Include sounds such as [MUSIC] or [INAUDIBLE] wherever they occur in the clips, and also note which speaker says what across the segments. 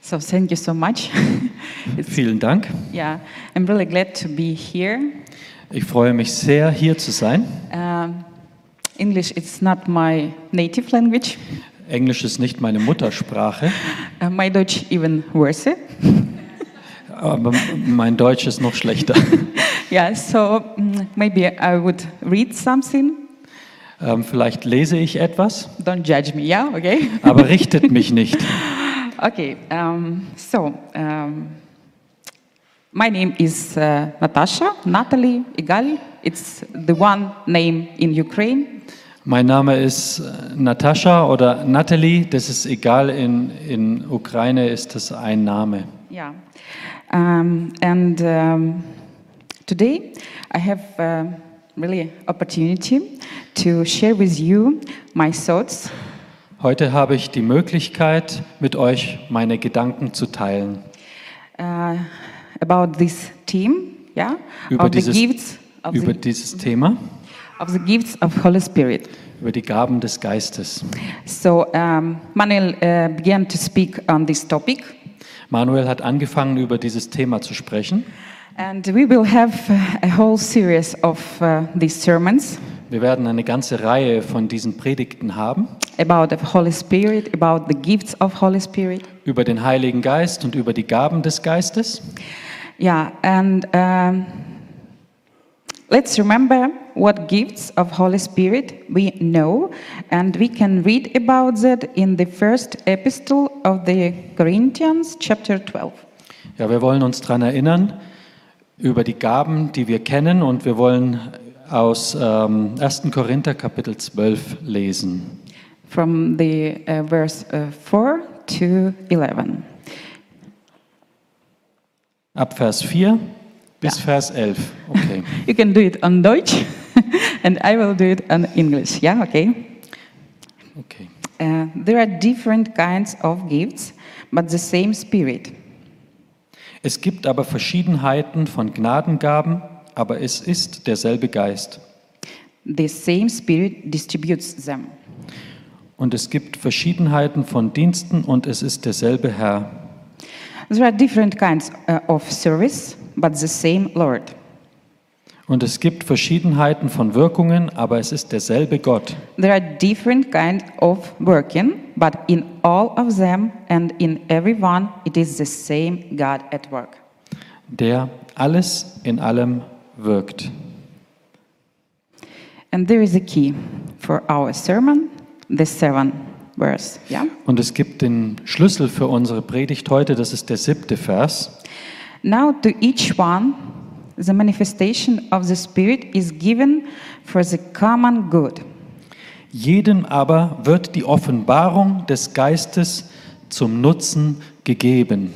Speaker 1: So thank you so much. It's-
Speaker 2: Vielen Dank.
Speaker 1: yeah, I'm really glad to be here.
Speaker 2: Ich freue mich sehr, hier zu sein.
Speaker 1: Um, English is not my native language.
Speaker 2: Englisch ist nicht meine Muttersprache,
Speaker 1: Uh, my Deutsch even worse.
Speaker 2: aber mein Deutsch ist noch schlechter. [LAUGHS]
Speaker 1: yeah, so mm, maybe I would read something.
Speaker 2: Ähm, vielleicht lese ich etwas,
Speaker 1: Don't judge me. Yeah, okay.
Speaker 2: aber richtet mich nicht.
Speaker 1: [LAUGHS] Okay, um, so um, my name is uh, Natasha, Natalie, Igal. It's the one name in Ukraine.
Speaker 2: Mein Name ist äh, Natascha oder Natalie, das ist egal, in, in Ukraine ist das ein Name.
Speaker 1: Yeah. Um, and um, today I have uh, really opportunity to share with you my thoughts
Speaker 2: Heute habe ich die Möglichkeit, mit euch meine Gedanken zu teilen
Speaker 1: uh, about this theme, yeah,
Speaker 2: über
Speaker 1: of the
Speaker 2: dieses,
Speaker 1: gifts of
Speaker 2: über
Speaker 1: the,
Speaker 2: dieses Thema,
Speaker 1: of the gifts of Holy Spirit.
Speaker 2: über die Gaben des Geistes.
Speaker 1: So um, Manuel uh, began to speak on this topic,
Speaker 2: Manuel hat angefangen, über dieses Thema zu sprechen.
Speaker 1: and we will have a whole series of uh, these sermons
Speaker 2: Wir werden eine ganze Reihe von diesen Predigten haben
Speaker 1: about the Holy Spirit, about the gifts of Holy Spirit.
Speaker 2: über den Heiligen Geist und über die Gaben des Geistes.
Speaker 1: Yeah, and um, let's remember what gifts of Holy Spirit we know, and we can read about that in the first epistle of the Corinthians, chapter 12.
Speaker 2: Ja, wir wollen uns daran erinnern, über die Gaben, die wir kennen, und wir wollen aus ähm, 1. Korinther Kapitel 12 lesen.
Speaker 1: from the uh, verse uh, 4 to 11.
Speaker 2: Ab Vers 4 bis Vers 11. Okay.
Speaker 1: You can do it on Deutsch, [LAUGHS] and I will do it on English. Yeah, okay.
Speaker 2: okay.
Speaker 1: Uh, there are different kinds of gifts, but the same Spirit.
Speaker 2: Es gibt aber Verschiedenheiten von Gnadengaben, aber es ist derselbe Geist.
Speaker 1: The same Spirit distributes them.
Speaker 2: Und es gibt Verschiedenheiten von Diensten und es ist derselbe Herr.
Speaker 1: There are different kinds uh, of service, but the same Lord.
Speaker 2: Und es gibt Verschiedenheiten von Wirkungen, aber es ist derselbe Gott.
Speaker 1: There are different kinds of working, but in all of them and in everyone, it is the same God at work.
Speaker 2: der alles in allem wirkt.
Speaker 1: And there is a key for our sermon, the seventh verse. Yeah.
Speaker 2: Und es gibt den Schlüssel für unsere Predigt heute, das ist der siebte Vers.
Speaker 1: Now to each one, the manifestation of the Spirit is given for the common good.
Speaker 2: Jedem aber wird die Offenbarung des Geistes zum Nutzen gegeben.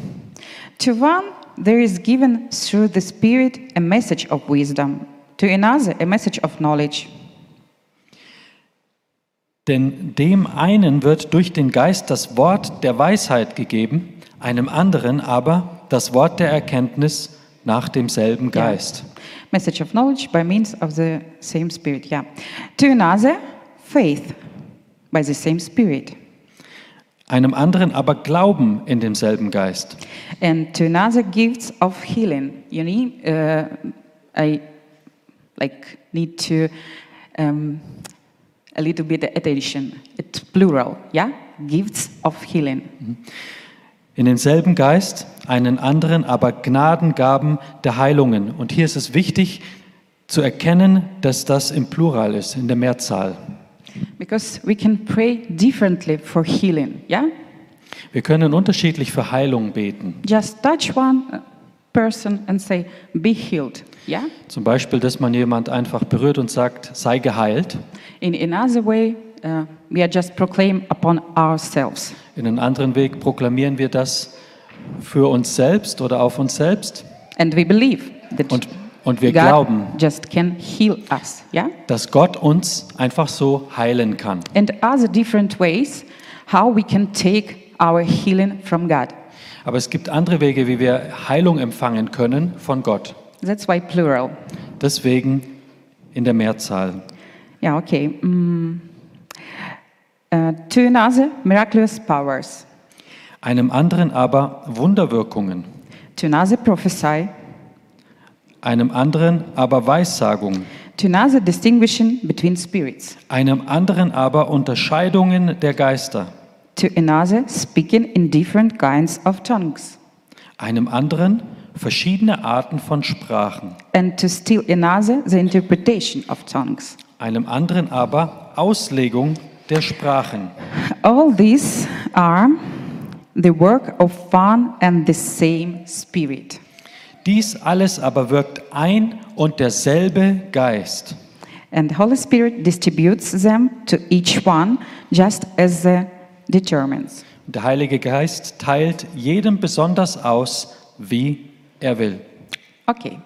Speaker 1: To one, there is given through the Spirit a message of wisdom, to another, a message of knowledge,
Speaker 2: Denn dem einen wird durch den Geist das Wort der Weisheit gegeben, einem anderen aber das Wort der Erkenntnis nach demselben Geist.
Speaker 1: message of knowledge by means of the same Spirit. Yeah. To another, faith by the same Spirit,
Speaker 2: Einem anderen aber Glauben in demselben Geist.
Speaker 1: and to another gifts of healing. You need, uh, I like need to um, a little bit attention. It's plural, yeah. Gifts of healing.
Speaker 2: In denselben Geist einen anderen, aber Gnadengaben der Heilungen. Und hier ist es wichtig zu erkennen, dass das im Plural ist, in der Mehrzahl.
Speaker 1: Because we can pray differently for healing, yeah.
Speaker 2: Wir können unterschiedlich für Heilung beten.
Speaker 1: Just touch one uh, person and say, "Be healed," yeah.
Speaker 2: Zum Beispiel, dass man jemand einfach berührt und sagt, sei geheilt.
Speaker 1: In another way, uh, we are just proclaim upon ourselves.
Speaker 2: In einem anderen Weg proklamieren wir das für uns selbst oder auf uns selbst.
Speaker 1: And we believe that
Speaker 2: Und, und wir
Speaker 1: God
Speaker 2: glauben,
Speaker 1: just can heal us, yeah?
Speaker 2: dass Gott uns einfach so heilen kann.
Speaker 1: and other different ways how we can take our healing from God.
Speaker 2: Aber es gibt andere Wege, wie wir Heilung empfangen können von Gott.
Speaker 1: That's why plural.
Speaker 2: Deswegen in der Mehrzahl.
Speaker 1: Yeah, okay. Mm. Uh, to another, miraculous powers.
Speaker 2: einem anderen aber Wunderwirkungen,
Speaker 1: to another prophesy,
Speaker 2: einem anderen aber Weissagungen,
Speaker 1: to another distinguishing between spirits,
Speaker 2: einem anderen aber Unterscheidungen der Geister,
Speaker 1: to another speaking in different kinds of tongues,
Speaker 2: einem anderen verschiedene Arten von Sprachen,
Speaker 1: and to still another the interpretation of tongues.
Speaker 2: einem anderen aber Auslegung der Sprachen.
Speaker 1: All these are the work of one and the same Spirit.
Speaker 2: Dies alles aber wirkt ein und derselbe Geist.
Speaker 1: And the Holy Spirit distributes them to each one just as uh, determines.
Speaker 2: Und der Heilige Geist teilt jedem besonders aus, wie er will.
Speaker 1: Okay.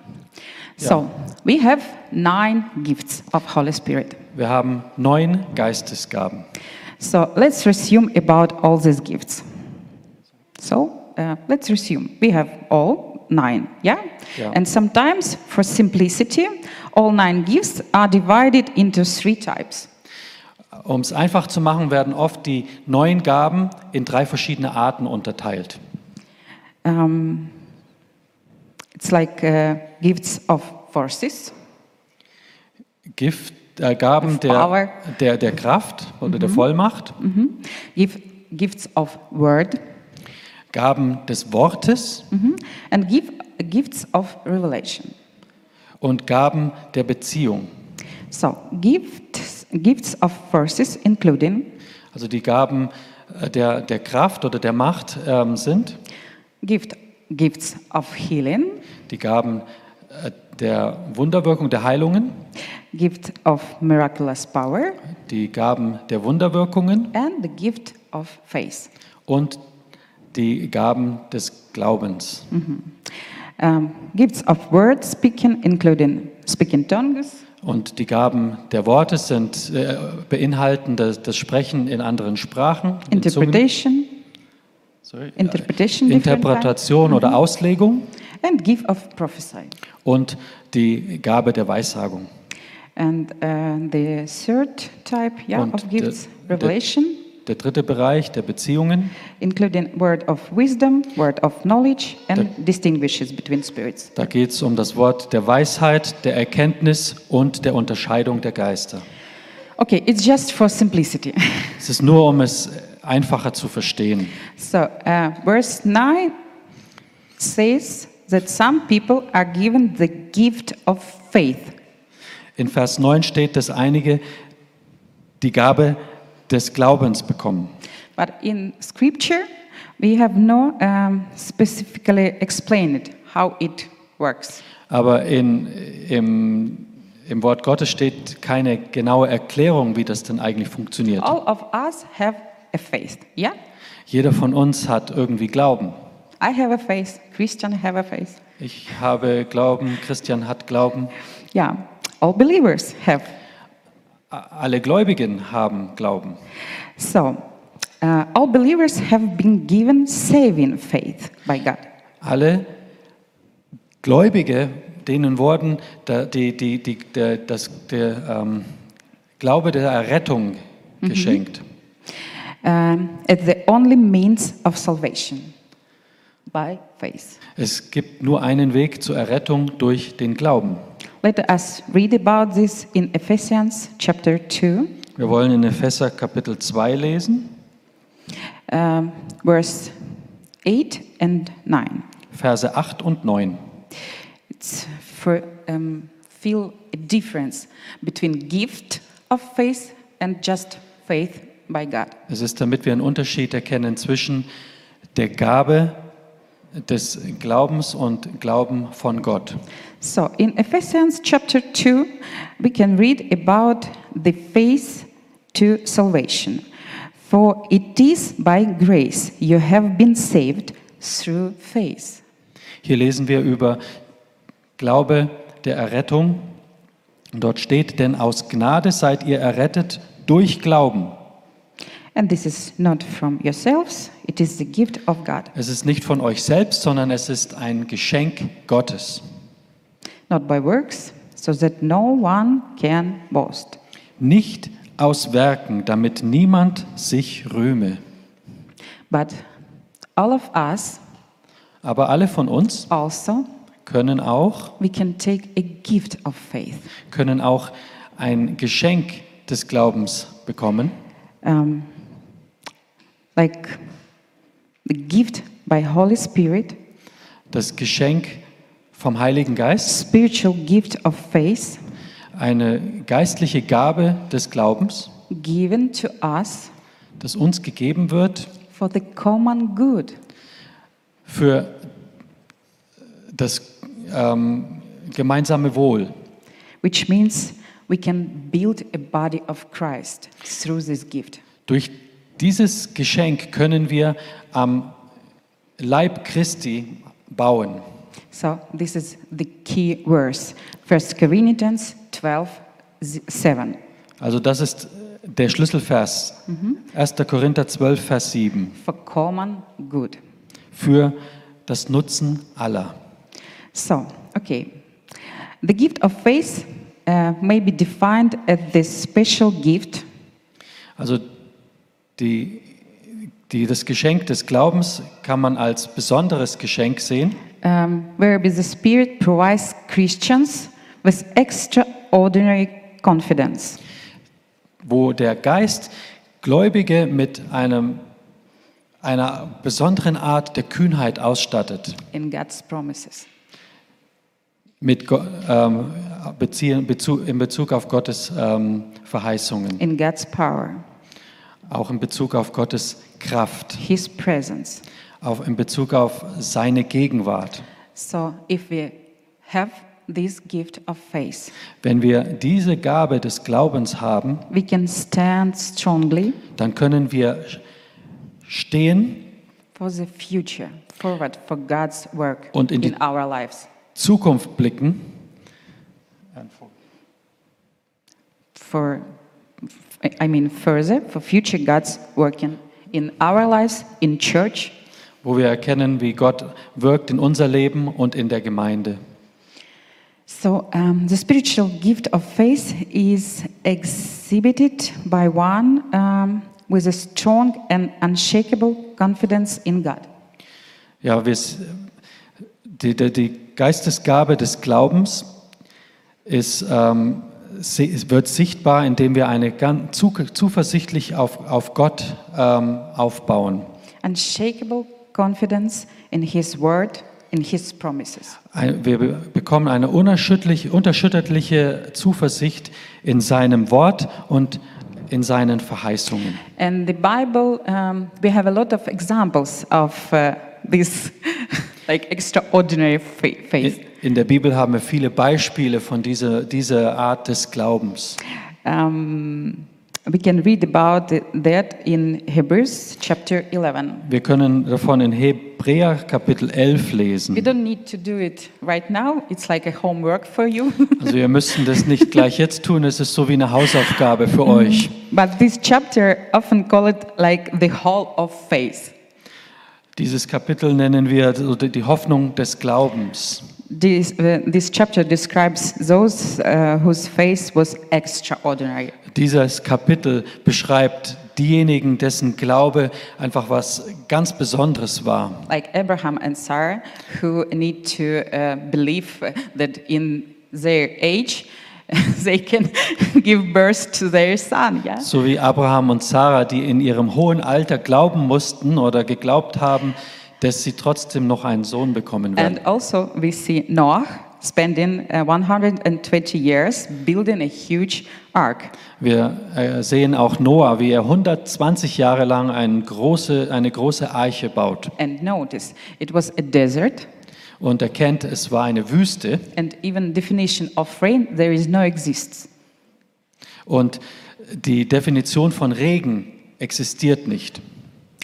Speaker 1: So we have nine gifts of Holy Spirit.
Speaker 2: Wir haben neun Geistesgaben.
Speaker 1: So let's resume about all these gifts. So uh, let's resume. We have all nine, yeah?
Speaker 2: Yeah.
Speaker 1: And sometimes, for simplicity, all nine gifts are divided into three types.
Speaker 2: Um es einfach zu machen, werden oft die neun Gaben in drei verschiedene Arten unterteilt.
Speaker 1: Um, it's like uh, gifts of forces,
Speaker 2: Gift, äh, Gaben der,
Speaker 1: Power.
Speaker 2: der, der Kraft oder der Vollmacht,
Speaker 1: mhm, gif- gifts of word,
Speaker 2: Gaben des Wortes
Speaker 1: mhm, and give, gifts of revelation.
Speaker 2: und Gaben der Beziehung.
Speaker 1: So, gifts, gifts of forces, including
Speaker 2: Also die Gaben äh, der, der Kraft oder der Macht ähm, sind
Speaker 1: gift, gifts of healing,
Speaker 2: die Gaben äh, der Wunderwirkung, der Heilungen,
Speaker 1: gift of miraculous power,
Speaker 2: die Gaben der Wunderwirkungen
Speaker 1: and the gift of faith.
Speaker 2: und die Gaben des Glaubens.
Speaker 1: Um, gifts of word speaking, including speaking tongues,
Speaker 2: Und die Gaben der Worte sind äh, beinhalten das, das Sprechen in anderen Sprachen, in Zungen,
Speaker 1: interpretation,
Speaker 2: sorry,
Speaker 1: interpretation, different kinds, Mhm.
Speaker 2: Interpretation oder Auslegung
Speaker 1: and gift of prophecy.
Speaker 2: und die Gabe der Weissagung.
Speaker 1: And uh, the third type yeah,
Speaker 2: Und
Speaker 1: of gifts,
Speaker 2: der- der-
Speaker 1: revelation,
Speaker 2: Der dritte Bereich der Beziehungen,
Speaker 1: including word of wisdom, word of knowledge, and distinguishes between spirits.
Speaker 2: da geht es um das Wort der Weisheit, der Erkenntnis und der Unterscheidung der Geister.
Speaker 1: Okay, it's just for simplicity. [LAUGHS]
Speaker 2: Es ist nur, um es einfacher zu verstehen.
Speaker 1: so, uh, verse 9 says that some people are given the gift of faith,
Speaker 2: In Vers 9 steht, dass einige die Gabe des Glaubens bekommen.
Speaker 1: but in scripture we have no um, specifically explained how it works.
Speaker 2: Aber in, im, im Wort Gottes steht keine genaue Erklärung, wie das denn eigentlich funktioniert.
Speaker 1: All of us have a faith, yeah?
Speaker 2: Jeder von uns hat irgendwie Glauben.
Speaker 1: I have a faith, Christian have a faith.
Speaker 2: Ich habe Glauben, Christian hat Glauben,
Speaker 1: Yeah, all believers have.
Speaker 2: a- alle Gläubigen haben Glauben.
Speaker 1: So, uh, all believers have been given saving faith by God.
Speaker 2: Alle Gläubige, denen wurden da- die, die, die, der, das, der ähm, Glaube der Errettung geschenkt.
Speaker 1: um, as the only means of salvation by faith.
Speaker 2: Es gibt nur einen Weg zur Errettung durch den Glauben.
Speaker 1: Let us read about this in Ephesians chapter 2,
Speaker 2: Wir wollen in Epheser Kapitel 2 lesen.
Speaker 1: um, verse 8 and 9.
Speaker 2: Verse 8 und 9.
Speaker 1: It's for um, feel a difference between gift of faith and just faith by God.
Speaker 2: Es ist, damit wir einen Unterschied erkennen zwischen der Gabe des Glaubens und Glauben von Gott.
Speaker 1: So, in Ephesians chapter 2, we can read about the faith to salvation. For it is by grace you have been saved through faith.
Speaker 2: Hier lesen wir über Glaube der Errettung. Und dort steht, denn aus Gnade seid ihr errettet durch Glauben.
Speaker 1: And this is not from yourselves, it is the gift of God,
Speaker 2: Es ist nicht von euch selbst, sondern es ist ein Geschenk Gottes.
Speaker 1: not by works, so that no one can boast.
Speaker 2: Nicht aus Werken, damit niemand sich rühme.
Speaker 1: But All of us
Speaker 2: Aber alle von uns
Speaker 1: also,
Speaker 2: können auch,
Speaker 1: we can take a gift of faith.
Speaker 2: können auch ein Geschenk des Glaubens bekommen.
Speaker 1: Um, like the gift by Holy Spirit,
Speaker 2: Das Geschenk vom Heiligen Geist,
Speaker 1: spiritual gift of faith
Speaker 2: eine geistliche Gabe des Glaubens,
Speaker 1: given to us
Speaker 2: das uns gegeben wird
Speaker 1: for the common good.
Speaker 2: für das ähm, gemeinsame Wohl.
Speaker 1: which means we can build a body of Christ through this gift.
Speaker 2: Durch dieses Geschenk können wir am Leib Christi bauen.
Speaker 1: So this is the key verse, 1 Corinthians 12, 7.
Speaker 2: Also das ist der Schlüsselvers. 1. Korinther 12, Vers 7.
Speaker 1: For common good.
Speaker 2: Für das Nutzen aller.
Speaker 1: So, okay. The gift of faith uh, may be defined as this special gift
Speaker 2: Also die, die, das Geschenk des Glaubens kann man als besonderes Geschenk sehen,
Speaker 1: um, whereby the Spirit provides Christians with extraordinary confidence.
Speaker 2: wo der Geist Gläubige mit einem, einer besonderen Art der Kühnheit ausstattet,
Speaker 1: In God's promises.
Speaker 2: mit, Go- ähm, beziehen, bezu, in Bezug auf Gottes ähm, Verheißungen,
Speaker 1: In God's power.
Speaker 2: auch in Bezug auf Gottes Kraft,
Speaker 1: His presence.
Speaker 2: auch in Bezug auf seine Gegenwart.
Speaker 1: So if we have this gift of faith,
Speaker 2: Wenn wir diese Gabe des Glaubens haben,
Speaker 1: we can stand strongly
Speaker 2: dann können wir stehen,
Speaker 1: for the future, forward for God's work
Speaker 2: Und in die-
Speaker 1: in our lives.
Speaker 2: Zukunft blicken
Speaker 1: For I mean further for future God's working in our lives, in church,
Speaker 2: wo wir erkennen, wie Gott wirkt in unser Leben und in der Gemeinde.
Speaker 1: So, um, the spiritual gift of faith is exhibited by one um, with a strong and unshakable confidence in God.
Speaker 2: Ja, wir, s- die, die, die Geistesgabe des Glaubens ist, ähm, se- es wird sichtbar, indem wir eine ganz zu, zuversichtlich auf, auf Gott ähm, aufbauen.
Speaker 1: Unshakable confidence in His word, in His promises.
Speaker 2: Ein, wir be- bekommen eine unerschütterliche, unerschütterliche Zuversicht in seinem Wort und in seinen Verheißungen.
Speaker 1: And the Bible, um, we have a lot of examples of uh, this [LAUGHS] like extraordinary fa-
Speaker 2: In,
Speaker 1: faith.
Speaker 2: in der Bibel haben wir viele Beispiele von dieser, dieser Art des Glaubens.
Speaker 1: Um, we can read about that in Hebrews chapter 11.
Speaker 2: Wir können davon in Hebräer Kapitel 11 lesen.
Speaker 1: We don't need to do it right now. It's like a homework for you. [LAUGHS]
Speaker 2: Also wir müssten das nicht gleich jetzt tun, es ist so wie eine Hausaufgabe für euch.
Speaker 1: but this chapter often call it like the hall of faith.
Speaker 2: Dieses Kapitel nennen wir so die die Hoffnung des Glaubens.
Speaker 1: This, uh, this chapter describes those uh, whose faith was extraordinary.
Speaker 2: Dieses Kapitel beschreibt diejenigen, dessen Glaube einfach was ganz Besonderes war.
Speaker 1: Like Abraham and Sarah, who need to uh, believe that in their age [LAUGHS] they can [LAUGHS] give birth to their son. Yeah?
Speaker 2: So wie Abraham und Sarah, die in ihrem hohen Alter glauben mussten oder geglaubt haben, dass sie trotzdem noch einen Sohn bekommen werden.
Speaker 1: And also we see Noah spending uh, 120 years building a huge ark.
Speaker 2: Wir äh, sehen auch Noah, wie er 120 Jahre lang eine große, eine große Eiche baut.
Speaker 1: And notice, it was a desert,
Speaker 2: und erkennt, es war eine Wüste
Speaker 1: and even definition of rain there is no exists.
Speaker 2: und die Definition von Regen existiert nicht.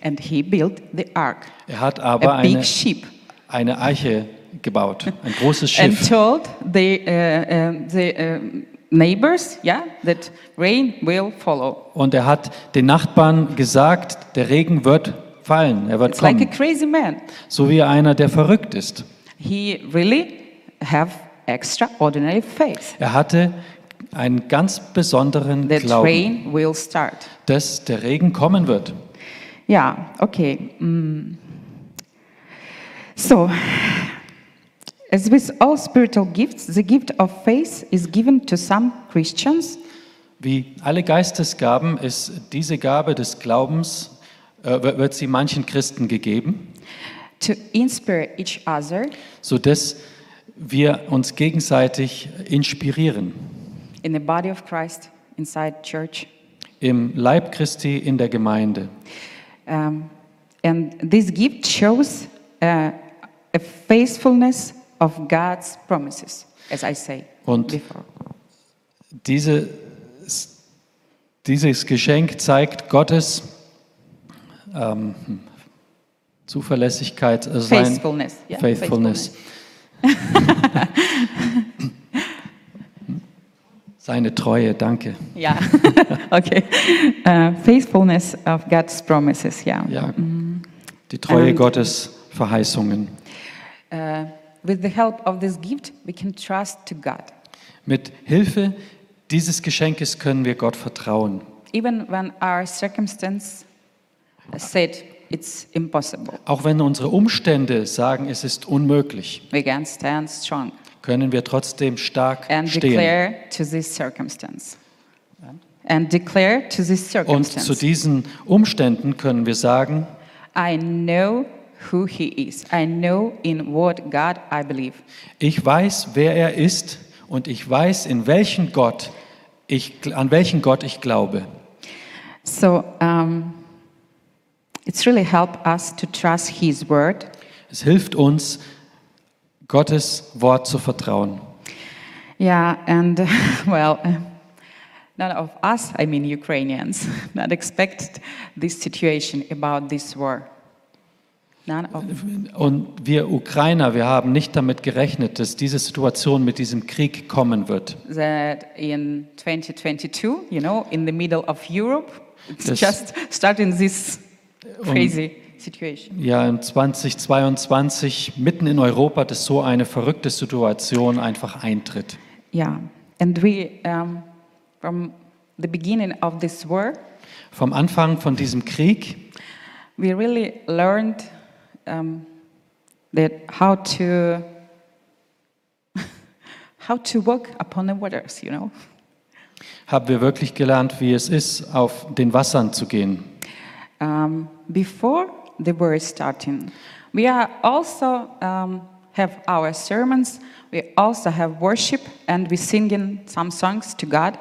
Speaker 1: And he built the ark,
Speaker 2: Er hat
Speaker 1: a
Speaker 2: aber
Speaker 1: big
Speaker 2: eine,
Speaker 1: ship,
Speaker 2: eine Eiche gebaut, ein
Speaker 1: [LAUGHS]
Speaker 2: großes
Speaker 1: and
Speaker 2: Schiff
Speaker 1: told the, uh, uh, the uh, neighbors, yeah, that rain will follow.
Speaker 2: und er hat den Nachbarn gesagt, der Regen wird fallen, er wird
Speaker 1: It's like
Speaker 2: kommen,
Speaker 1: a crazy man.
Speaker 2: so wie einer, der verrückt ist.
Speaker 1: He really have extraordinary faith
Speaker 2: Er hatte einen ganz besonderen
Speaker 1: that
Speaker 2: Glauben,
Speaker 1: rain will start.
Speaker 2: dass der Regen kommen wird.
Speaker 1: Yeah, okay. mm. So, as with all spiritual gifts, the gift of faith is given to some Christians
Speaker 2: Wie alle Geistesgaben ist diese Gabe des Glaubens, äh, wird wird sie manchen Christen gegeben,
Speaker 1: to inspire each other.
Speaker 2: sodass wir uns gegenseitig inspirieren.
Speaker 1: in the body of Christ inside church.
Speaker 2: Im Leib Christi in der Gemeinde.
Speaker 1: Um, and this gift shows uh, a faithfulness of God's promises, as I say
Speaker 2: Und-
Speaker 1: before.
Speaker 2: Diese, dieses Geschenk zeigt Gottes ähm, Zuverlässigkeit, äh, sein
Speaker 1: Faithfulness. yeah,
Speaker 2: Faithfulness. Seine Treue, danke.
Speaker 1: faithfulness. Yeah. [LAUGHS] okay. Uh, faithfulness of God's promises. Yeah.
Speaker 2: Ja, die Treue
Speaker 1: Ähm.
Speaker 2: Gottes Verheißungen.
Speaker 1: Uh, with the help of this gift, we can trust to God,
Speaker 2: Mit Hilfe dieses Geschenkes können wir Gott vertrauen,
Speaker 1: even when our circumstance said it's impossible.
Speaker 2: auch wenn unsere Umstände sagen, es ist unmöglich.
Speaker 1: We can stand strong
Speaker 2: Können wir trotzdem stark
Speaker 1: and
Speaker 2: stehen
Speaker 1: declare to this circumstance. And declare to this
Speaker 2: und zu
Speaker 1: circumstance,
Speaker 2: diesen Umständen können wir sagen,
Speaker 1: I know who He is. I know in what God I believe.
Speaker 2: ich weiß, wer er ist und ich weiß, in welchen Gott ich gl- an welchen Gott ich glaube.
Speaker 1: So um, it's really helped us to trust His word.
Speaker 2: Es hilft uns Gottes Wort zu vertrauen.
Speaker 1: Yeah, and [LAUGHS] well, none of us, I mean Ukrainians, [LAUGHS] not expect this situation about this war. None of
Speaker 2: Und wir Ukrainer, wir haben nicht damit gerechnet, dass diese Situation mit diesem Krieg kommen wird.
Speaker 1: that in 2022, you know, in the middle of Europe, it's
Speaker 2: Yes.
Speaker 1: just starting this
Speaker 2: Um,
Speaker 1: crazy situation.
Speaker 2: Ja, in 2022 mitten in Europa, dass so eine verrückte Situation einfach eintritt.
Speaker 1: Yeah, and we, um, from the beginning of this war,
Speaker 2: Vom Anfang von diesem Krieg
Speaker 1: we really learned um, that how to [LAUGHS] how to walk upon the waters, you know,
Speaker 2: haben wir wirklich gelernt, wie es ist, auf den Wassern zu gehen.
Speaker 1: um, before the war is starting. We are also um, have our sermons. We also have worship, and we singing some songs to God.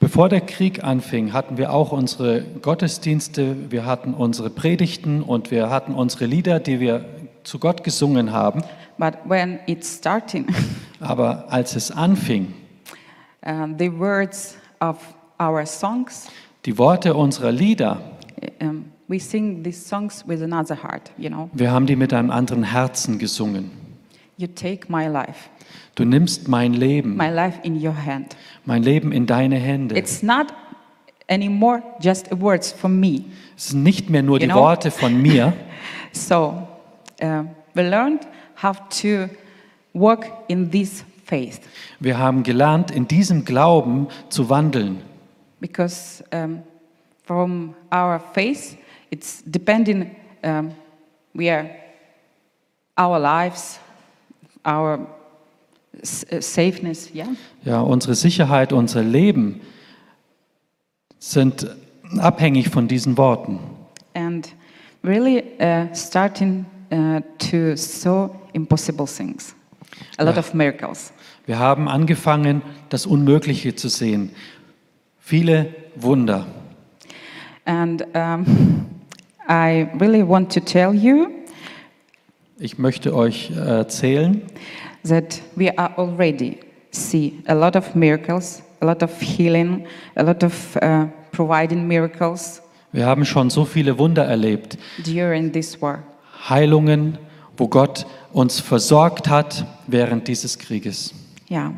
Speaker 2: Bevor der Krieg anfing, hatten wir auch unsere Gottesdienste, wir hatten unsere Predigten und wir hatten unsere Lieder, die wir zu Gott gesungen haben.
Speaker 1: But when it's starting, [LAUGHS]
Speaker 2: Aber als es anfing,
Speaker 1: um, the words of our songs,
Speaker 2: die Worte unserer Lieder,
Speaker 1: um, we sing these songs with another heart. You know,
Speaker 2: wir haben die mit einem anderen Herzen gesungen.
Speaker 1: you take my life.
Speaker 2: Du nimmst mein Leben,
Speaker 1: my life in your hand.
Speaker 2: mein Leben in deine Hände.
Speaker 1: It's not anymore just words for me.
Speaker 2: Es sind nicht mehr nur die
Speaker 1: Genau.
Speaker 2: Worte von mir,
Speaker 1: So uh, we learned how to walk in this faith
Speaker 2: wir haben gelernt, in diesem Glauben zu wandeln.
Speaker 1: because um, from our faith, it's depending um, we are our lives, our s- uh, safeness. Yeah.
Speaker 2: Ja, unsere Sicherheit, unser Leben sind abhängig von diesen Worten.
Speaker 1: and really uh, starting uh, to so impossible things a lot of miracles
Speaker 2: Wir haben angefangen, das Unmögliche zu sehen. Viele Wunder.
Speaker 1: and um, [LAUGHS] i really want to tell you
Speaker 2: Ich möchte euch äh, erzählen,
Speaker 1: that we are already see a lot of miracles a lot of healing a lot of uh, providing miracles
Speaker 2: wir haben schon so viele Wunder erlebt.
Speaker 1: during this war
Speaker 2: Heilungen, wo Gott uns versorgt hat während dieses Krieges.
Speaker 1: yeah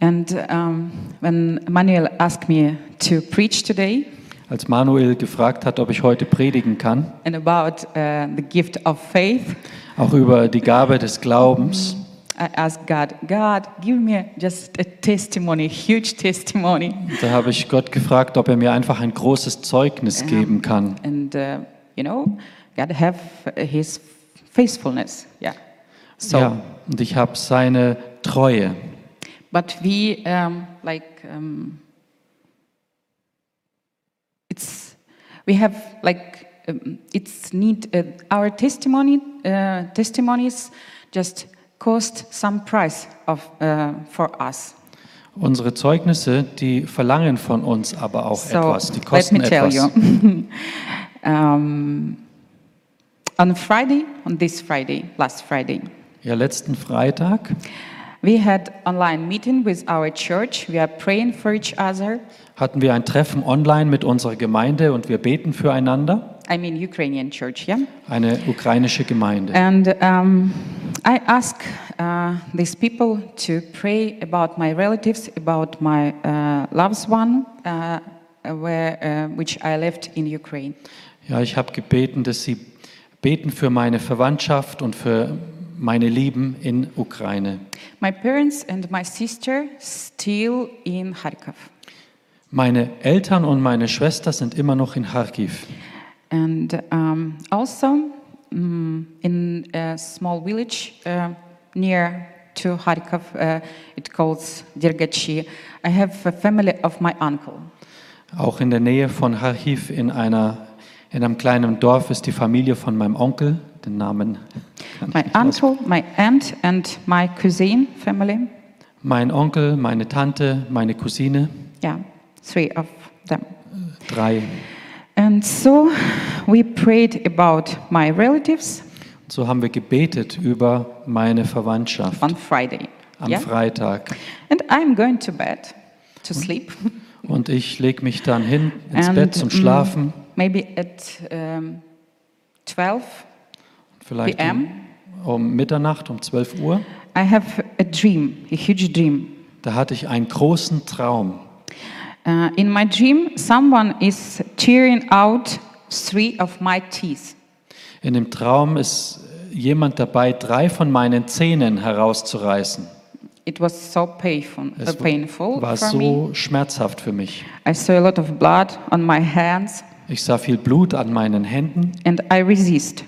Speaker 1: and um, when manuel asked me to preach today
Speaker 2: Als Manuel gefragt hat, ob ich heute predigen kann,
Speaker 1: and about uh, the gift of faith
Speaker 2: auch über die Gabe des Glaubens,
Speaker 1: I asked God, God, give me just a testimony, huge testimony.
Speaker 2: da habe ich Gott gefragt, ob er mir einfach ein großes Zeugnis geben kann.
Speaker 1: And, uh, you know, God have his faithfulness. Yeah. So,
Speaker 2: ja, und ich habe seine Treue.
Speaker 1: but we um, like um, it's we have like um, it's need uh, our testimony uh, testimonies just cost some price of uh, for us.
Speaker 2: Unsere Zeugnisse, die verlangen von uns aber auch
Speaker 1: So
Speaker 2: etwas, die
Speaker 1: let me
Speaker 2: kosten
Speaker 1: tell
Speaker 2: etwas.
Speaker 1: you. [LAUGHS] um, on Friday, on this Friday, last Friday,
Speaker 2: Ja, letzten Freitag
Speaker 1: we had online meeting with our church. We are praying for each other.
Speaker 2: hatten wir ein Treffen online mit unserer Gemeinde und wir beten füreinander,
Speaker 1: I mean Ukrainian church, yeah.
Speaker 2: eine ukrainische Gemeinde.
Speaker 1: And um, I ask uh, these people to pray about my relatives, about my uh, loved one, uh, where, uh, which I left in Ukraine.
Speaker 2: Ja, ich habe gebeten, dass sie beten für meine Verwandtschaft und für meine Lieben in Ukraine.
Speaker 1: My parents and my sister still in Kharkov.
Speaker 2: Meine Eltern und meine Schwester sind immer noch in Kharkiv.
Speaker 1: And um, also mm, in a small village uh, near to Kharkov, uh, it calls Dergachi, I have a family of my uncle.
Speaker 2: Auch in der Nähe von Kharkiv in, einer, in einem kleinen Dorf ist die Familie von meinem Onkel, den Namen.
Speaker 1: My uncle, my aunt, and my cousin family.
Speaker 2: Mein Onkel, meine Tante, meine Cousine,
Speaker 1: Yeah, three of them.
Speaker 2: drei.
Speaker 1: And so we prayed about my relatives
Speaker 2: So haben wir gebetet über meine Verwandtschaft
Speaker 1: on Friday. Mm-hmm.
Speaker 2: am
Speaker 1: yeah?
Speaker 2: Freitag.
Speaker 1: and I'm going to bed to sleep.
Speaker 2: Und ich lege mich dann hin ins
Speaker 1: And,
Speaker 2: Bett zum
Speaker 1: mm,
Speaker 2: Schlafen.
Speaker 1: Maybe at um, 12
Speaker 2: Vielleicht
Speaker 1: PM?
Speaker 2: Um, um Mitternacht, um 12 Uhr.
Speaker 1: I have a dream, a huge dream.
Speaker 2: Da hatte ich einen großen Traum.
Speaker 1: Uh, in my dream, someone is tearing out three of my teeth.
Speaker 2: In dem Traum ist jemand dabei, drei von meinen Zähnen herauszureißen.
Speaker 1: It was so painful, uh,
Speaker 2: Es
Speaker 1: painful
Speaker 2: war
Speaker 1: for me.
Speaker 2: so schmerzhaft für mich.
Speaker 1: I saw a lot of blood on my hands
Speaker 2: Ich sah viel Blut an meinen Händen
Speaker 1: and I resist.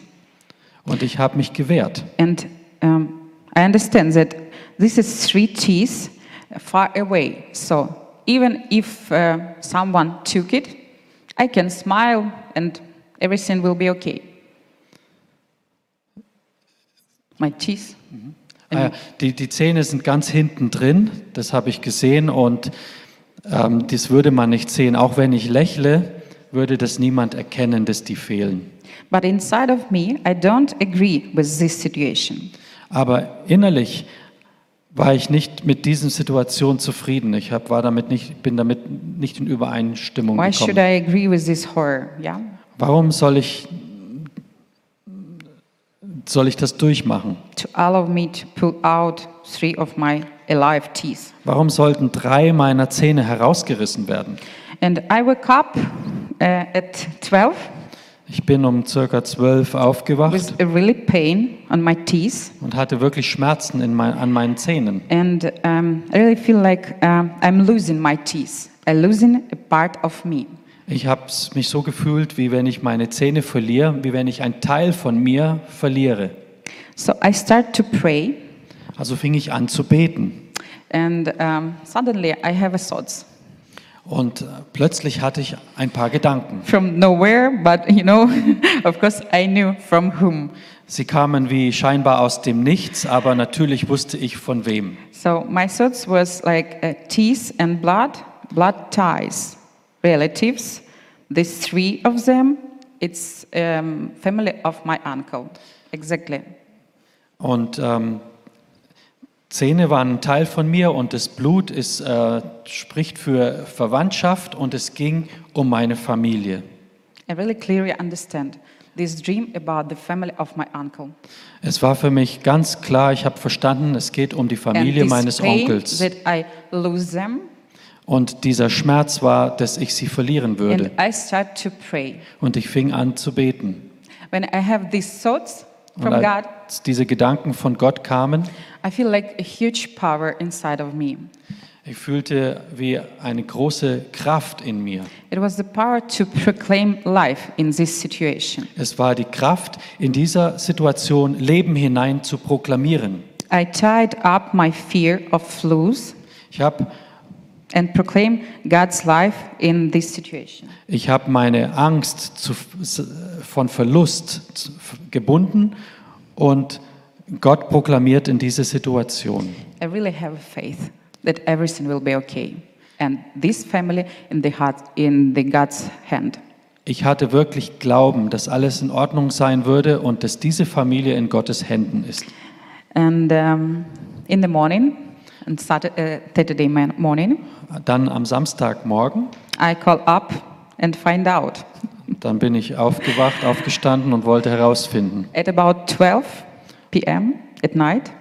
Speaker 2: und ich habe mich gewehrt.
Speaker 1: And um, I understand that this is three T's far away. So even if uh, someone took it, I can smile and everything will be okay. My teeth.
Speaker 2: Ah,
Speaker 1: Ähm.
Speaker 2: ja, die, die Zähne sind ganz hinten drin, das habe ich gesehen und ähm, das würde man nicht sehen. Auch wenn ich lächle, würde das niemand erkennen, dass die fehlen.
Speaker 1: But inside of me, I don't agree with this situation.
Speaker 2: Aber innerlich war ich nicht mit dieser Situation zufrieden. Ich hab, war damit nicht, bin damit nicht in Übereinstimmung
Speaker 1: Why should
Speaker 2: gekommen.
Speaker 1: I agree with this horror? Yeah.
Speaker 2: Warum soll ich, soll ich das durchmachen?
Speaker 1: To allow me to pull out three of my alive teeth.
Speaker 2: Warum sollten drei meiner Zähne herausgerissen werden?
Speaker 1: And I wake up uh, at 12
Speaker 2: Ich bin um circa 12 aufgewacht
Speaker 1: with a really pain on my teeth,
Speaker 2: und hatte wirklich Schmerzen in mein, an meinen Zähnen.
Speaker 1: and um, I really feel like um, I'm losing my teeth. I'm losing a part of me.
Speaker 2: Ich habe mich so gefühlt, wie wenn ich meine Zähne verliere, wie wenn ich einen Teil von mir verliere.
Speaker 1: So I start to pray,
Speaker 2: Also fing ich an zu beten.
Speaker 1: and um, suddenly I have a thoughts
Speaker 2: Und äh, plötzlich hatte ich ein paar Gedanken.
Speaker 1: from nowhere, but you know, [LAUGHS] of course, I knew from whom.
Speaker 2: Sie kamen wie scheinbar aus dem Nichts, aber natürlich wusste ich von wem.
Speaker 1: So my thoughts was like uh, teeth and blood, blood ties, relatives. These three of them, it's um, family of my uncle, exactly.
Speaker 2: Und ähm, Zähne waren ein Teil von mir und das Blut ist, äh, spricht für Verwandtschaft und es ging um meine Familie.
Speaker 1: I really clearly understand this dream about the family of my uncle
Speaker 2: Es war für mich ganz klar, ich habe verstanden, es geht um die Familie
Speaker 1: and
Speaker 2: meines
Speaker 1: this pain
Speaker 2: Onkels.
Speaker 1: that I lose them.
Speaker 2: Und dieser Schmerz war, dass ich sie verlieren würde.
Speaker 1: And I start to pray.
Speaker 2: Und ich fing an zu beten.
Speaker 1: When I have these thoughts
Speaker 2: Und
Speaker 1: from God,
Speaker 2: als diese Gedanken von Gott kamen,
Speaker 1: I feel like a huge power inside of me.
Speaker 2: Ich fühlte wie eine große Kraft in mir.
Speaker 1: It was the power to proclaim life in this situation.
Speaker 2: Es war die Kraft, in dieser Situation Leben hinein zu proklamieren.
Speaker 1: I tied up my fear of flus
Speaker 2: Ich habe
Speaker 1: and proclaimed God's life in this situation.
Speaker 2: ich hab meine Angst zu, von Verlust zu- gebunden und Gott proklamiert in diese Situation.
Speaker 1: I really have faith that everything will be okay. And this family in the heart, in the God's hand.
Speaker 2: Ich hatte wirklich Glauben, dass alles in Ordnung sein würde und dass diese Familie in Gottes Händen ist.
Speaker 1: And um, in the morning, on Saturday, uh, Saturday man- morning,
Speaker 2: Dann am Samstagmorgen,
Speaker 1: I call up and find out.
Speaker 2: dann bin ich aufgewacht, aufgestanden und wollte herausfinden.
Speaker 1: At about 12 p.m. at night,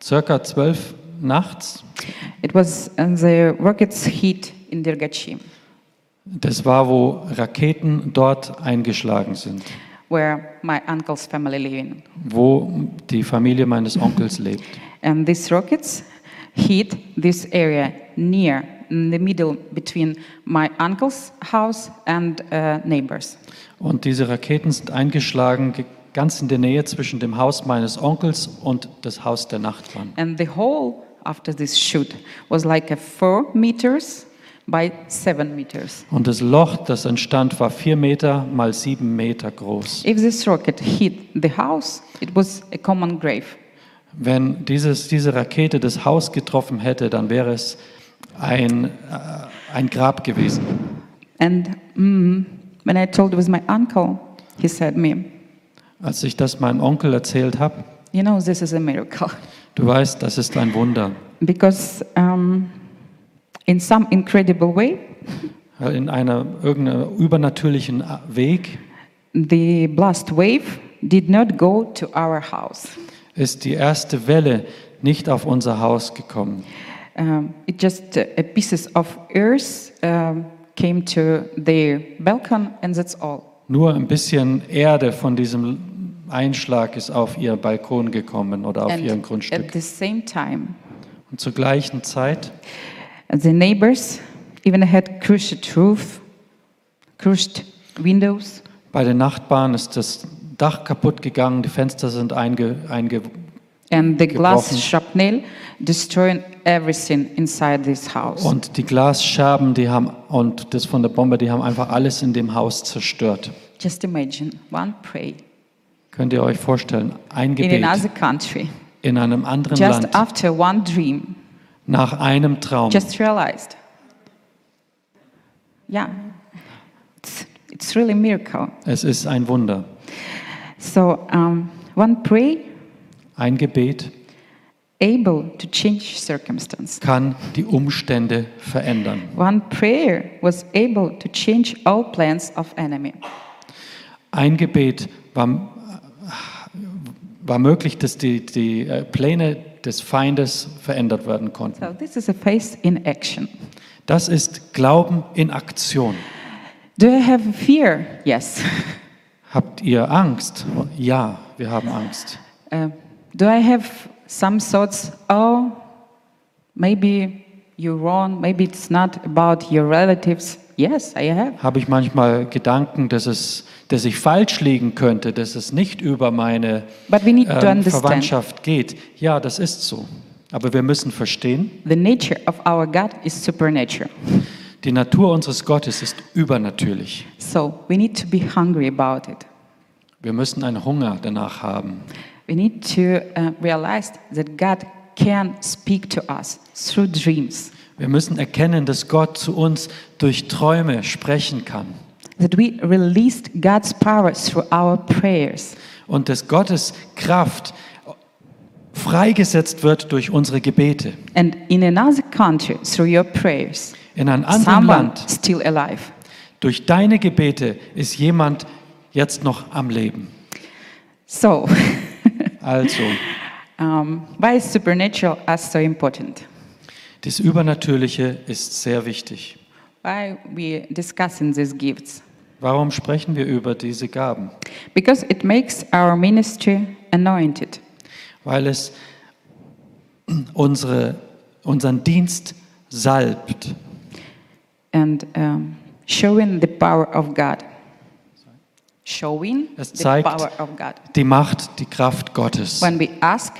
Speaker 2: Circa 12 nachts,
Speaker 1: it was in the rockets hit in Dergachi,
Speaker 2: das war, wo Raketen dort eingeschlagen sind,
Speaker 1: where my uncle's family living.
Speaker 2: wo die Familie meines Onkels lebt.
Speaker 1: And these rockets hit this area near, in the middle between my uncle's house and uh, neighbors.
Speaker 2: Und diese Raketen sind eingeschlagen ge- ganz in der Nähe zwischen dem Haus meines Onkels und das Haus der Nachbarn.
Speaker 1: And the hole after this shoot was like a four meters by seven meters.
Speaker 2: Und das Loch, das entstand, war vier Meter mal sieben Meter groß.
Speaker 1: If this rocket hit the house, it was a common grave.
Speaker 2: Wenn dieses, diese Rakete das Haus getroffen hätte, dann wäre es ein, äh, ein Grab gewesen.
Speaker 1: And mm, when I told it was my uncle, he said me,
Speaker 2: Als ich das meinem Onkel erzählt habe,
Speaker 1: you know, this is a miracle. [LAUGHS]
Speaker 2: du weißt, das ist ein Wunder.
Speaker 1: Because um, in some incredible way,
Speaker 2: In einer irgendeinem übernatürlichen Weg
Speaker 1: the blast wave did not go to our house.
Speaker 2: ist die erste Welle nicht auf unser Haus gekommen.
Speaker 1: Um, it just uh, a pieces of earth um, came to the balcony, and that's all.
Speaker 2: Nur ein bisschen Erde von diesem Einschlag ist auf ihr Balkon gekommen oder auf
Speaker 1: and
Speaker 2: ihren Grundstück.
Speaker 1: At the same time,
Speaker 2: Und zur gleichen Zeit
Speaker 1: the neighbors even had crushed roof, crushed windows,
Speaker 2: Bei den Nachbarn ist das Dach kaputt gegangen, die Fenster sind einge, einge
Speaker 1: and the glass
Speaker 2: Gebrochen.
Speaker 1: shrapnel destroying everything inside this house.
Speaker 2: und die Glasscherben, die haben und das von der Bombe, die haben einfach alles in dem Haus zerstört.
Speaker 1: Just imagine one pray
Speaker 2: Könnt ihr euch vorstellen? Ein
Speaker 1: in another
Speaker 2: Gebet
Speaker 1: country,
Speaker 2: in einem anderen
Speaker 1: just
Speaker 2: Land
Speaker 1: after one dream,
Speaker 2: nach einem Traum.
Speaker 1: just realized. Yeah, it's, it's really a miracle.
Speaker 2: Es ist ein Wunder.
Speaker 1: So um, one pray
Speaker 2: Ein Gebet
Speaker 1: able to change circumstance.
Speaker 2: kann die Umstände verändern.
Speaker 1: One prayer was able to change all plans of enemy.
Speaker 2: Ein Gebet war, war möglich, dass die, die äh, Pläne des Feindes verändert werden konnten.
Speaker 1: So this is a faith in action.
Speaker 2: Das ist Glauben in Aktion.
Speaker 1: Do I have fear? Yes. [LAUGHS]
Speaker 2: Habt ihr Angst? Ja, wir haben Angst.
Speaker 1: Uh, do I have some thoughts? Oh, maybe you're wrong. Maybe it's not about your relatives. Yes, I have.
Speaker 2: Habe ich manchmal Gedanken, dass, es, dass ich falsch liegen könnte, dass es nicht über meine
Speaker 1: But we need to
Speaker 2: ähm,
Speaker 1: understand
Speaker 2: Verwandtschaft geht? Ja, das ist so. Aber wir müssen verstehen,
Speaker 1: the nature of our God is supernatural.
Speaker 2: die Natur unseres Gottes ist übernatürlich.
Speaker 1: So we need to be hungry about it.
Speaker 2: Wir müssen einen Hunger danach haben.
Speaker 1: We need to uh, realize that God can speak to us through dreams.
Speaker 2: Wir müssen erkennen, dass Gott zu uns durch Träume sprechen kann
Speaker 1: that we released God's power through our prayers.
Speaker 2: und dass Gottes Kraft freigesetzt wird durch unsere Gebete.
Speaker 1: And in another country, through your prayers,
Speaker 2: In einem anderen
Speaker 1: someone
Speaker 2: Land,
Speaker 1: still alive.
Speaker 2: durch deine Gebete, ist jemand jetzt noch am Leben.
Speaker 1: So, [LAUGHS]
Speaker 2: Also,
Speaker 1: um, why is supernatural as so important?
Speaker 2: das Übernatürliche ist sehr wichtig.
Speaker 1: Why we discussing these gifts?
Speaker 2: Warum sprechen wir über diese Gaben?
Speaker 1: Because it makes our ministry anointed.
Speaker 2: Weil es unsere, unseren Dienst salbt.
Speaker 1: and um, showing the power of God. Showing
Speaker 2: Es
Speaker 1: the
Speaker 2: zeigt-
Speaker 1: power of God.
Speaker 2: Die Macht, die Kraft Gottes,
Speaker 1: When we ask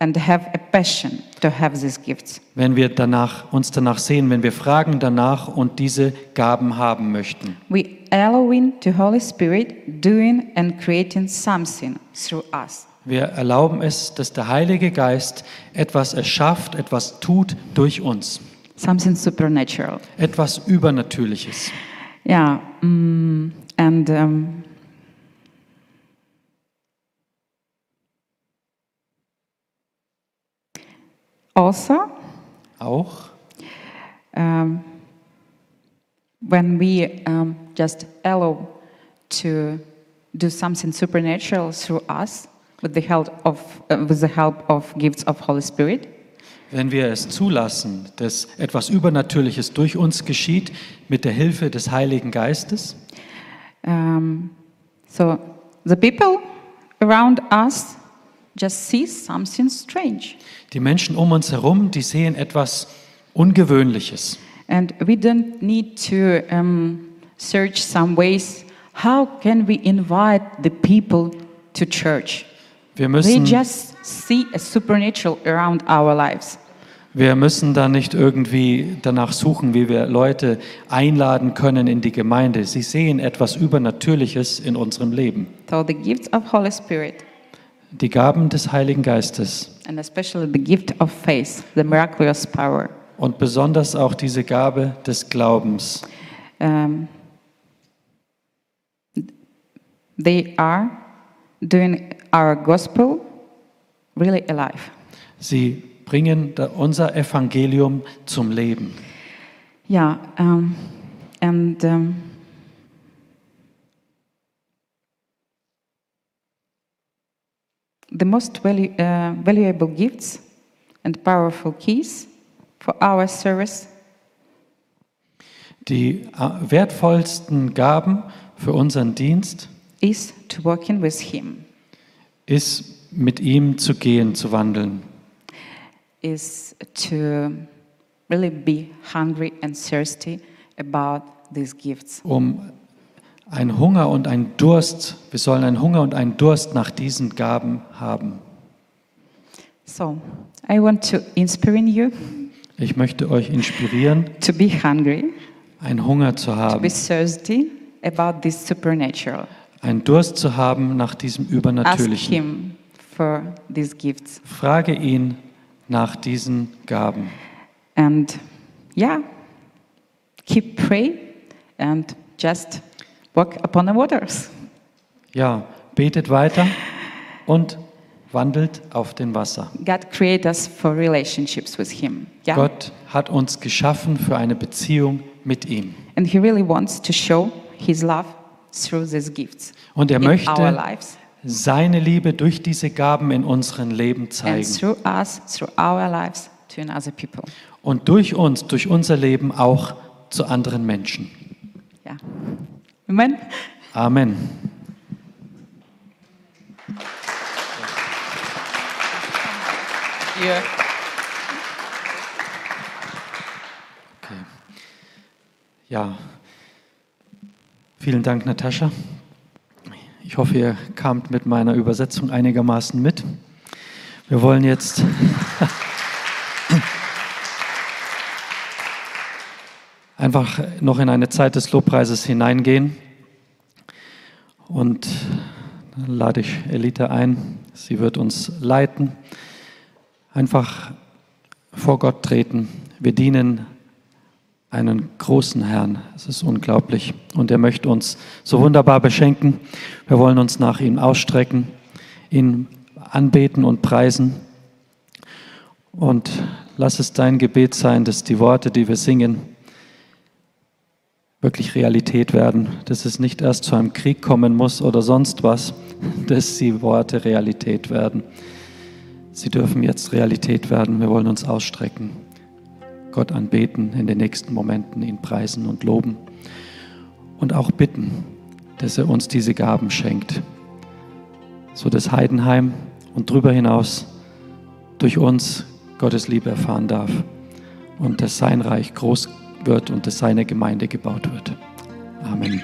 Speaker 1: and have a passion to have these gifts.
Speaker 2: wenn wir danach, uns danach sehen, wenn wir fragen danach und diese Gaben haben möchten.
Speaker 1: We allowing to Holy Spirit doing and creating something through us.
Speaker 2: Wir erlauben es, dass der Heilige Geist etwas erschafft, etwas tut durch uns.
Speaker 1: Something supernatural.
Speaker 2: Etwas Übernatürliches.
Speaker 1: Yeah. mm, and um, also,
Speaker 2: Auch
Speaker 1: um, when we um, just allow to do something supernatural through us with the help of uh, with the help of gifts of Holy Spirit,
Speaker 2: Wenn wir es zulassen, dass etwas Übernatürliches durch uns geschieht, mit der Hilfe des Heiligen Geistes,
Speaker 1: um, so the people around us just see something strange,
Speaker 2: die Menschen um uns herum, die sehen etwas Ungewöhnliches.
Speaker 1: and we don't need to um, search some ways. How can we invite the people to church?
Speaker 2: Wir
Speaker 1: They
Speaker 2: müssen,
Speaker 1: just see a supernatural around our lives.
Speaker 2: wir müssen da nicht irgendwie danach suchen, wie wir Leute einladen können in die Gemeinde. Sie sehen etwas Übernatürliches in unserem Leben.
Speaker 1: So the gifts of Holy Spirit,
Speaker 2: Die Gaben des Heiligen Geistes
Speaker 1: and especially the gift of faith, the miraculous power,
Speaker 2: und besonders auch diese Gabe des Glaubens,
Speaker 1: um, they are doing our gospel really alive.
Speaker 2: sie bringen da unser Evangelium zum Leben.
Speaker 1: Yeah, um, and um, the most valu- uh, valuable gifts and powerful keys for our service
Speaker 2: Die äh, wertvollsten Gaben für unseren Dienst
Speaker 1: is to working with Him,
Speaker 2: ist, mit ihm zu gehen, zu wandeln,
Speaker 1: is to really be hungry and thirsty about these gifts.
Speaker 2: um ein Hunger und ein Durst, wir sollen einen Hunger und einen Durst nach diesen Gaben haben.
Speaker 1: So I want to inspire you
Speaker 2: Ich möchte euch inspirieren,
Speaker 1: to be hungry,
Speaker 2: einen Hunger zu
Speaker 1: to be
Speaker 2: haben,
Speaker 1: thirsty about this supernatural.
Speaker 2: einen Durst zu haben nach diesem
Speaker 1: ask
Speaker 2: Übernatürlichen.
Speaker 1: him for these gifts
Speaker 2: Frage ihn nach diesen Gaben
Speaker 1: and yeah keep pray and just walk upon the waters
Speaker 2: Ja, betet weiter und wandelt auf den Wasser.
Speaker 1: god created us for relationships with him yeah
Speaker 2: Gott hat uns geschaffen für eine Beziehung mit ihm.
Speaker 1: and he really wants to show his love through these gifts
Speaker 2: Und er
Speaker 1: in our
Speaker 2: möchte
Speaker 1: lives
Speaker 2: seine Liebe durch diese Gaben in unserem Leben
Speaker 1: and
Speaker 2: zeigen.
Speaker 1: through us through our lives to another people
Speaker 2: Und durch uns, durch unser Leben auch zu anderen Menschen.
Speaker 1: yeah amen
Speaker 2: Amen.
Speaker 1: yeah
Speaker 2: Okay. Ja, vielen Dank, Natascha. Ich hoffe, ihr kamt mit meiner Übersetzung einigermaßen mit. Wir wollen jetzt. [LAUGHS] Einfach noch in eine Zeit des Lobpreises hineingehen. Und dann lade ich Elite ein. Sie wird uns leiten. Einfach vor Gott treten. Wir dienen einen großen Herrn. Es ist unglaublich. Und er möchte uns so wunderbar beschenken. Wir wollen uns nach ihm ausstrecken, ihn anbeten und preisen. Und lass es dein Gebet sein, dass die Worte, die wir singen, wirklich Realität werden, dass es nicht erst zu einem Krieg kommen muss oder sonst was, [LAUGHS] dass die Worte Realität werden. Sie dürfen jetzt Realität werden. Wir wollen uns ausstrecken. Gott anbeten, in den nächsten Momenten ihn preisen und loben und auch bitten, dass er uns diese Gaben schenkt, so dass Heidenheim und darüber hinaus durch uns Gottes Liebe erfahren darf und dass sein Reich groß wird und dass seine Gemeinde gebaut wird. Amen.